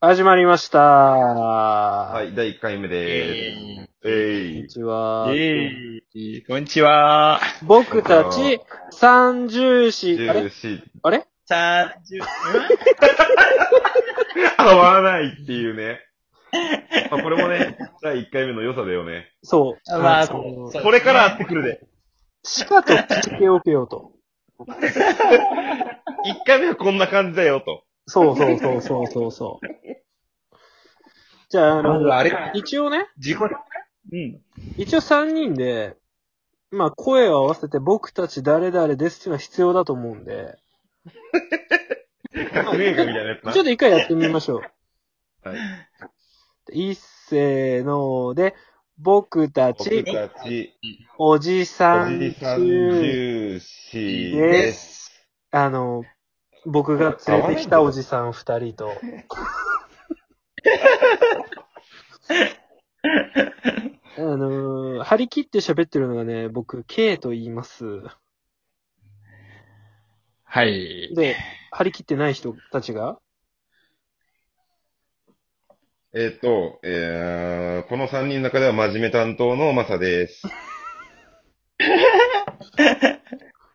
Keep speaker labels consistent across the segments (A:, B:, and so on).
A: 始まりました。
B: は
A: はい。
B: い、第1回目でーす。え
A: こんに
B: い。
A: ちは。
C: えいこんにちは。
A: 僕たち三十
B: ジ
A: 四、あ
B: ュ
A: れ
B: ーシー。
A: あれ
C: 三十、
B: 合わないっていうね。まあ、これも ね、第1回目の良さだよね。
A: そう。
C: まあ
A: の
C: そう
B: これから合ってくるで。
A: しかと聞けおけよと。
B: 1回目はこんな感じだよ、と。
A: そうそうそうそうそうそう。じゃあ、あ
C: まず
A: の、
C: あれか。
A: 一応ね、
C: 自己、うん。
A: 一応三人で、まあ声を合わせて僕たち誰々ですっていうのは必要だと思うんで、
B: 革命家みたいなやつ
A: ちょっと一回やってみましょう。
B: な。 はい。
A: 一せーので、僕た
B: 僕
A: ち、
B: たち、
A: おじさ
B: お
A: ん
B: じさんジ
A: 中、
B: ューシー
A: で
B: です。
A: す。あの、僕が連れてきたおじさん二人 と、あのー張り切って喋ってるのがね、僕、K と言います。
C: はい。
A: で、張り切ってない人たちが、
B: えっと、えー、この3人の中では真面目担当のマサです。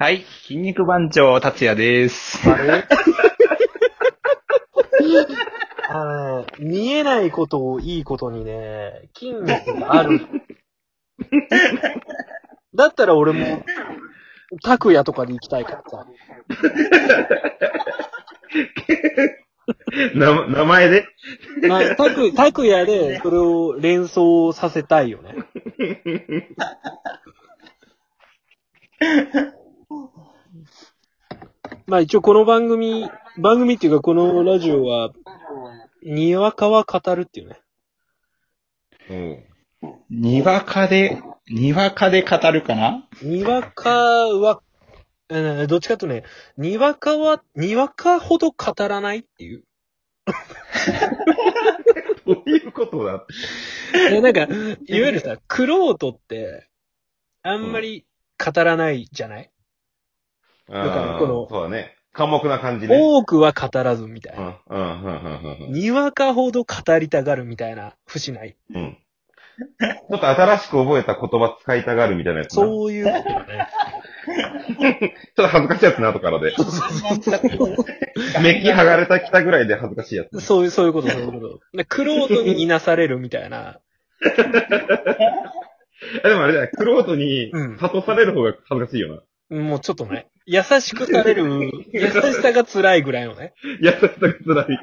C: はい。筋肉番長、達也です。
A: あれ あの見えないことをいいことにね、筋肉がある。だったら俺も、拓也とかで行きたいからさ。
B: な、名前で
A: まあ、たく、たくやで、それを連想させたいよね。まあ一応この番組、番組っていうかこのラジオは、にわかは語るっていうね。
B: うん。
C: にわかで、にわかで語るかな
A: にわかは、うんどっちかというとね、にわかは、にわかほど語らないっていう。
B: どういうことだ
A: え、なんか、いわゆるさ、クロートって、あんまり語らないじゃない、だから
B: あー
A: この
B: そうだね。寡黙な感じね。
A: 多くは語らずみたいうな。
B: ん、うん、うん、うん
A: にわかほど語りたがるみたいな、節ない。
B: うん、うん。ちょっと新しく覚えた言葉使いたがるみたいなやつな。ちょっ
A: そういうことだね。
B: と恥ずかしいやつな、後からで。メッキ剥がれたきたぐらいで恥ずかしいやつ。
A: そういう、そういうこと、そういうこと。で、クロートにいなされるみたいな。
B: えでもあれだよ、クロートに
A: うん
B: 諭される方が恥ずかしいよな。
A: もうちょっとね、優しくされ る、優しさが辛いぐらいのね。
B: 優しさが辛い。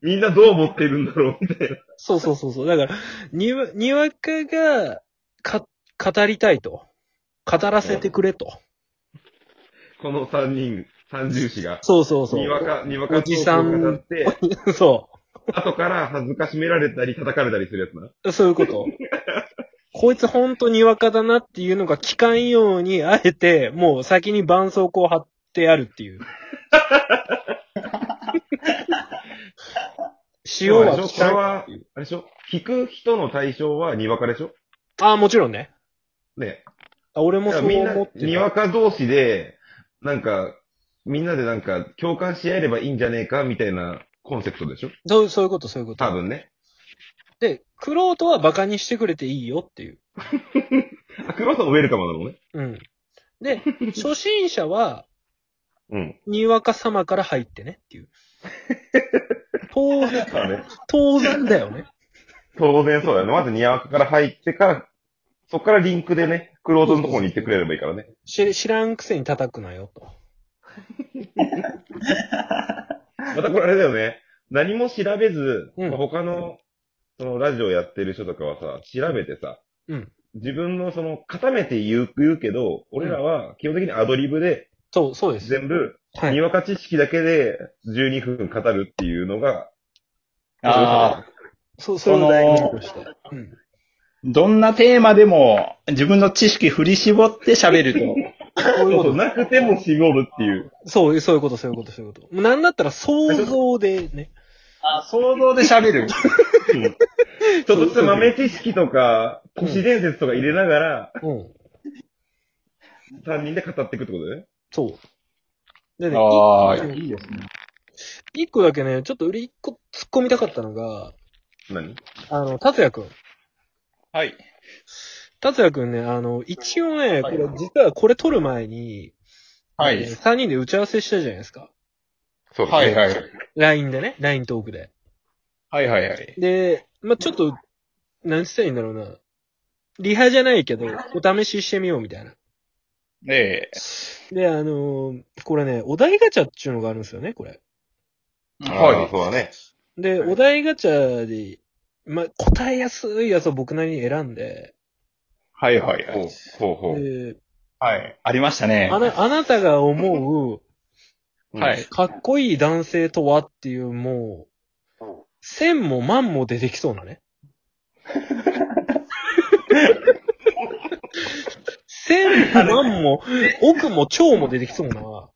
B: みんなどう思ってるんだろうみたいな。
A: そうそうそうそう。だから、にわ、にわかが、か、語りたいと。語らせてくれと。
B: この三人、三重士が。
A: そうそうそ
B: にわ
A: う。
B: か、にわか
A: おじさん
B: トークを語って、
A: そ
B: 後から恥ずかしめられたり叩かれたりするやつな。
A: う。そういうこと。こいつほんとにわかだなっていうのが聞かんように、あえて、もう先に絆創膏貼ってあるって いう。塩
B: あ
A: は
B: れで
A: 効
B: しょこれ
A: かん。
B: は、あれでしょ聞く人の対象はにわかでしょ
A: ああ、もちろんね。
B: ね。
A: あ俺も
B: だか
A: そ
B: らみ
A: うん
B: な
A: 思って、た
B: にわか同士で、なんか、みんなでなんか、共感し合えればいいんじゃねえか、みたいなコンセプトでしょ
A: そうそういうこと、そういうこと。
B: 多分ね。
A: で、クロートは馬鹿にしてくれていいよっていう。
B: あ、黒さんウェルカムなのね。
A: うん。で、初心者は、
B: うん。
A: にわか様から入ってねっていう。当然、
B: だからね、
A: 当然だよね。
B: 当然そうだよね。まずにわかから入ってから、そっからリンクでね、クローズのところに行ってくれればいいからね。
A: し知らんくせに叩くなよと。
B: またこれあれだよね。何も調べず、
A: うん
B: まあ他の、そのラジオやってる人とかはさ、調べてさ、
A: うん
B: 自分のその、固めて言う、言うけど、俺らは基本的にアドリブで、
A: そう、そうです。
B: 全部、
A: は
B: に
A: い。
B: わか知識だけで12分語るっていうのが、
C: ああ、
A: そう、そういうのを大事として。うん。
C: どんなテーマでも自分の知識振り絞って喋る
A: そういう
B: そ
A: こ
B: うそう
A: と。
B: なくても絞るっていう。
A: そう、そういうこと、そういうこと、そういうこと。もうなんだったら想像でね。
C: と。 あ想像で喋る。
B: ちょっとした豆知識とか、都市伝説とか入れながら、
A: うん。
B: 3人で語っていくってことだよね。
A: そう。でね、
C: ああ、
A: うん
C: いいですね。
A: 一個だけね、ちょっと俺一個突っ込みたかったのが、
B: 何
A: あの、達也くん。
C: はい。
A: 達也くんね、あの、一応ね、こ
C: はい
A: れ、実はこれ撮る前に、
C: は
A: え
C: い
A: ー。3人で打ち合わせしたじゃないですか。
B: そうだ
C: は
B: ね
C: いはい。
A: LINE でね、LINE トークで。
C: はいはいはい。
A: で、まあ、ちょっと、なんつったらいいんだろうな。リハじゃないけど、お試ししてみようみたいな。
C: ねえ。
A: で、あのーこれね、お題ガチャっていうのがあるんですよね、これ。
B: はい。そうだね。
A: で、お題ガチャで、まあ、答えやすいやつを僕なりに選んで、
C: はいはいは
B: ほう
C: い。、
B: ほう、ほう。
A: で
C: はい。ありましたね
A: あ。な、あなたが思う、
B: うん
C: はい。
A: かっこいい男性とはっていう、もう、千も万も出てきそうなね。千も万も、奥も超も出てきそうな。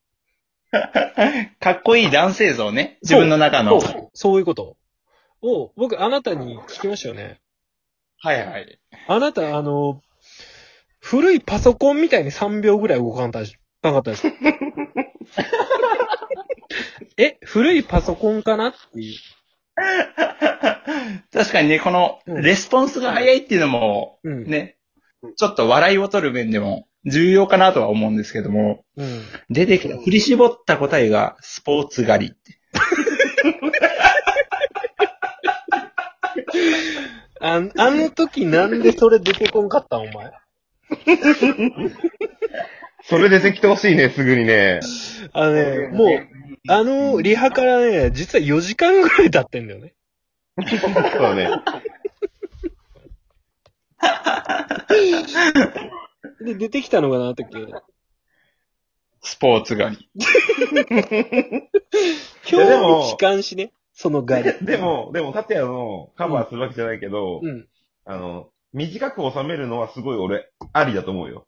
C: かっこいい男性像ね。自分の中の。は
A: そう、そういうこと。を、僕、あなたに聞きましたよね。
C: いはい。
A: あなた、あの、古いパソコンみたいに3秒ぐらい動かんたし、なかった です。え、古いパソコンかなっていう。
C: 確かにね、この、
A: うん
C: レスポンスが早いっていうのも、
A: うん。
C: ね、ちょっと笑いを取る面でも重要かなとは思うんですけども、
A: うん。
C: 出てきた、振り絞った答えが、スポーツ狩りって。
A: あんあの時なんでそれ出てこんかったんお前。
B: それ出てきてほしいね、すぐにね。
A: あのね、もう、あの、リハからね、実は4時間ぐらい経ってんだよね。
B: そうだね。
A: で、出てきたのがな、時。
C: スポーツ狩り。
A: 今
B: で
A: 日
B: も
A: も期間しね、そのガリ。
B: でも、でも、達也のカバーするわけじゃないけど、
A: うん。
B: あの、短く収めるのはすごい俺、ありだと思うよ。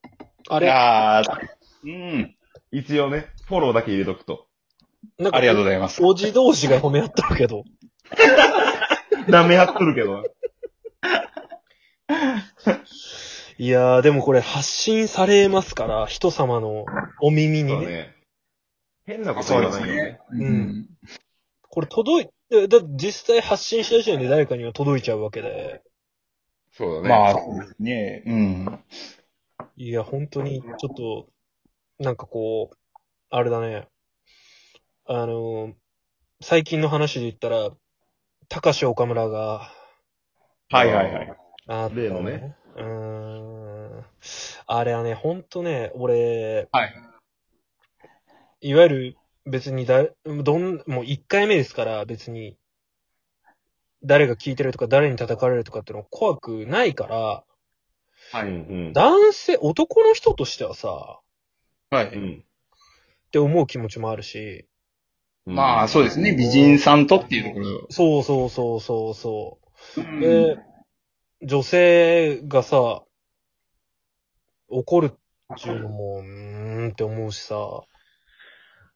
A: あ
C: あ
A: れ
C: やーうん。
B: 一応ね、フォローだけ入れとく と。
A: なん
C: あ
A: か
C: りがとうございます。
A: おじ同士が褒め合ってるけど。
B: ダメやっとるけど。
A: いやー、でもこれ発信されますから、人様のお耳
B: そ
A: に
B: うだ
A: ね。
B: ね。変なこと言わないよね。。
A: んこれ届いえ、だって実際発信した時点で誰かには届いちゃうわけで。
B: そう
C: まあ、そうですね。うん。
A: いや、本当に、ちょっと、なんかこう、あれだね。あのー、最近の話で言ったら、高橋岡村が、
C: はいはいはい。
A: あー
B: 例のね。
A: うーん。あれはね、ほんとね、俺、
C: はい。
A: いわゆる、別にだ、どん、もう1回目ですから、別に、誰が聞いてるとか、誰に叩かれるとかっていうの怖くないから、
B: あ。うんうん。
A: 男性、男の人としてはさ、
C: は
B: う
C: い。
B: ん。
A: って思う気持ちもあるし、
C: まあ、そうですね。美人さんとっていうところ。
A: そうそうそうそうそうう。
C: ん
A: で、女性がさ、怒るっていうのも、うーんって思うしさ、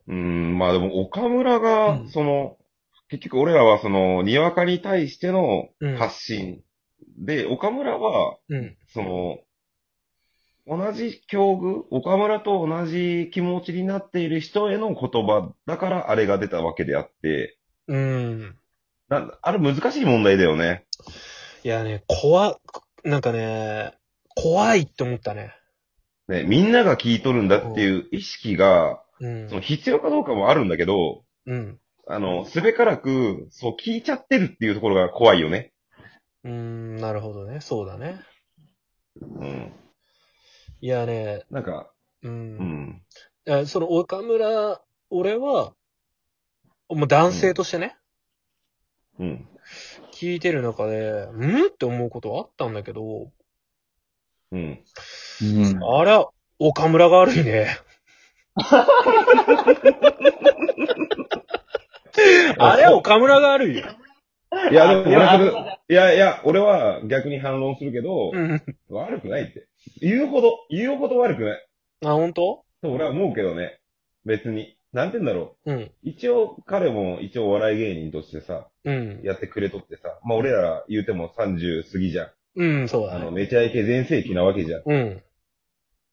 B: うん、まあでも岡村が、
A: うん
B: その、結局俺らはその、にわかに対しての
A: うん
B: 発信。で、岡村は、
A: うん。
B: その、同じ境遇、岡村と同じ気持ちになっている人への言葉だからあれが出たわけであって、
A: うん。
B: なあれ難しい問題だよね。
A: いやね、怖、なんかね、怖いって思ったね。
B: ね、みんなが聞いとるんだっていう意識が、
A: うん
B: そ。の必要かどうかもあるんだけど、
A: うん。
B: あの、すべからく、そう聞いちゃってるっていうところが怖いよね。
A: うーん、なるほどね。そうだね。
B: うん。
A: いやね、
B: なんか、
A: う。
B: うんん。
A: あその、岡村、俺は、もう男性としてね、
B: うん。
A: 聞いてる中で、うんって思うことはあったんだけど、
B: うん。
C: うん
A: あら、岡村が悪いね。あれは岡村が悪いよ。
B: いや、でも
C: いや
B: 俺それいやいや、俺は逆に反論するけど、
A: うん。
B: 悪くないって。言うほど、言うほど悪くない。
A: あ、本当？
B: と俺は思うけどね。別に。なんて言うんだろ
A: うん。
B: う。一応、彼も一応お笑い芸人としてさ、
A: うん。
B: やってくれとってさ。まあ俺ら言うても30過ぎじゃん。
A: うん、そうだ
B: あの、
A: ね。
B: めちゃイケ全盛期なわけじゃん。
A: うん。
B: なんて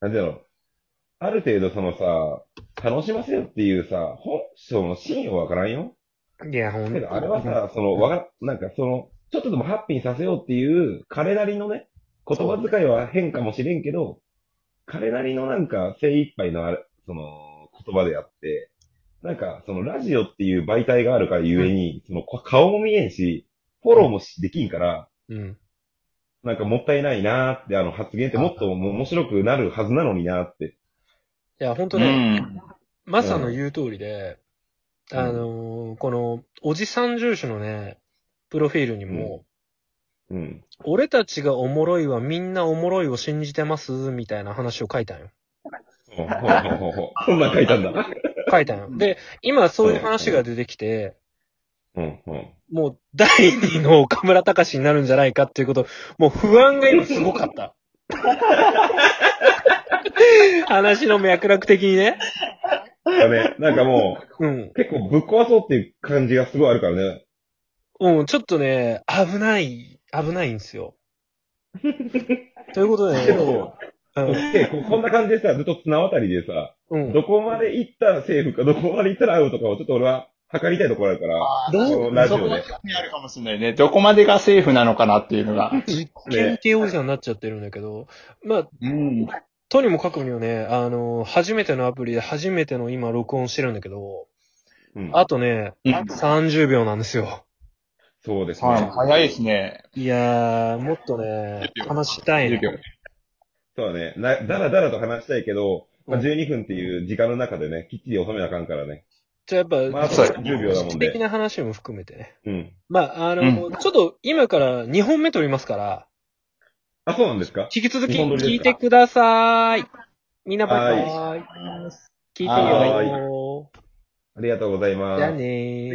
B: 言うんだろう。ある程度そのさ、楽しませよっていうさ、ほ、その、真意はわからんよ。
A: いや、ほん
B: けどあれはさ、その、わが、なんかその、ちょっとでもハッピーにさせようっていう、彼なりのね、言葉遣いは変かもしれんけど、彼なりのなんか精一杯のあれ、その、言葉であって、なんか、そのラジオっていう媒体があるからゆえに、そのこ顔も見えんし、フォローもしできんから、
A: うん。
B: なんかもったいないなーって、あの発言ってもっとも面白くなるはずなのになーって。
A: いや、ほんと
C: う
A: ね、
C: ん。
A: マサの言う通りで、
B: うん
A: あのーこの、おじさん重視のね、プロフィールにも、
B: うん。
A: 俺たちがおもろいはみんなおもろいを信じてます、みたいな話を書いたんよ。
B: ほうほうほうほうほうそんなん書いたんだ。
A: 書いたんよ。で、今そういう話が出てきて、
B: うん、うん。
A: もう第二の岡村隆史になるんじゃないかっていうこと、もう不安が今すごかった。話の脈絡的にね。
B: だね、なんかもう、
A: うん。
B: 結構ぶっ壊そうっていう感じがすごいあるからね。
A: うん、ちょっとね、危ない、危ないんですよ。ということで
B: け
A: ね、
B: ど、でここんな感じでさ、ずっと綱渡りでさ、
A: うん。うん
B: どこまで行ったらセーフか、どこまで行ったらアウトかをちょっと俺は測りたいところあるから、
C: あー
A: どう
C: そ
B: ラジ
C: そ
B: オ
C: こ
B: で
C: が興味あるかもしれないね。どこまでがセーフなのかなっていうのが。
A: 実験っていうおじさんになっちゃってるんだけど、まあ、
C: うん。
A: とにもかくにもね、あの、初めてのアプリで初めての今録音してるんだけど、
B: うん
A: あとね、
C: うん
A: 30秒なんですよ。
B: そうです
C: はい
B: ね。
C: 早いですね。
A: いやー、もっとね、話したいね。
B: そうだね。なだらだらと話したいけど、まあ、
A: うん
B: 12分っていう時間の中でね、きっちり収めなあかんからね。
A: じゃあやっぱ、
B: まあ、あと
C: そう
B: 10秒だもん
A: 的
B: で。
A: な話も含めてね。
B: うん。
A: まあ、あの、
C: う
A: ちょっと今から2本目撮りますから、
B: あ、そうなんですか
A: 引き続き
B: 二本撮り
A: 聞
B: ですか
A: いてください。みんなバイバイ。聞いてよ
B: はありがとうございます。
A: じゃあねー。